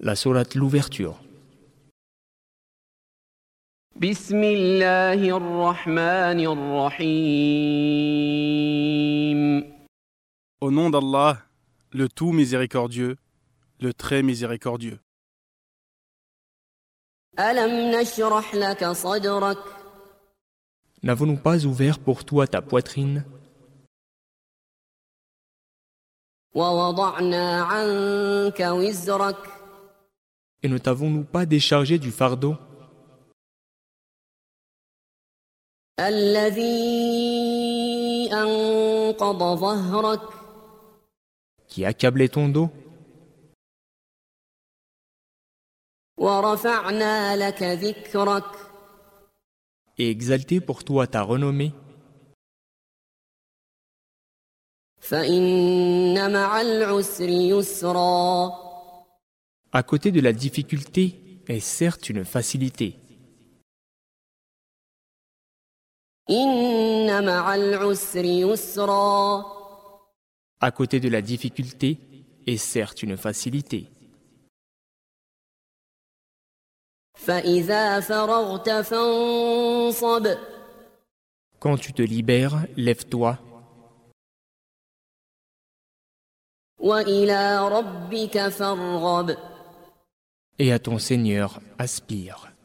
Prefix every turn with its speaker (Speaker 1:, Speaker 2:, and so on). Speaker 1: la sourate l'ouverture.
Speaker 2: بسم الله الرحمن الرحيم
Speaker 3: Au nom d'Allah, le tout miséricordieux, le très miséricordieux.
Speaker 4: ألم نشرح لك صدرك
Speaker 1: N'avons-nous pas ouvert pour toi ta poitrine
Speaker 4: ووضعنا عنك وزرك
Speaker 1: et ne t'avons-nous pas déchargé du fardeau
Speaker 4: الذي أنقض ظهرك
Speaker 1: qui accablait ton dos
Speaker 4: ورفعنا لك ذكرك
Speaker 1: et exalté pour toi ta renommée
Speaker 4: فإن مع العسر يسرا
Speaker 1: À côté de la difficulté est certes une facilité.
Speaker 4: إن مع العسر يسرا
Speaker 1: À côté de la difficulté est certes une facilité.
Speaker 4: فإذا فرغت فانصب
Speaker 1: Quand tu te libères, lève-toi
Speaker 4: وإلى ربك فارغب
Speaker 1: et à ton Seigneur aspire.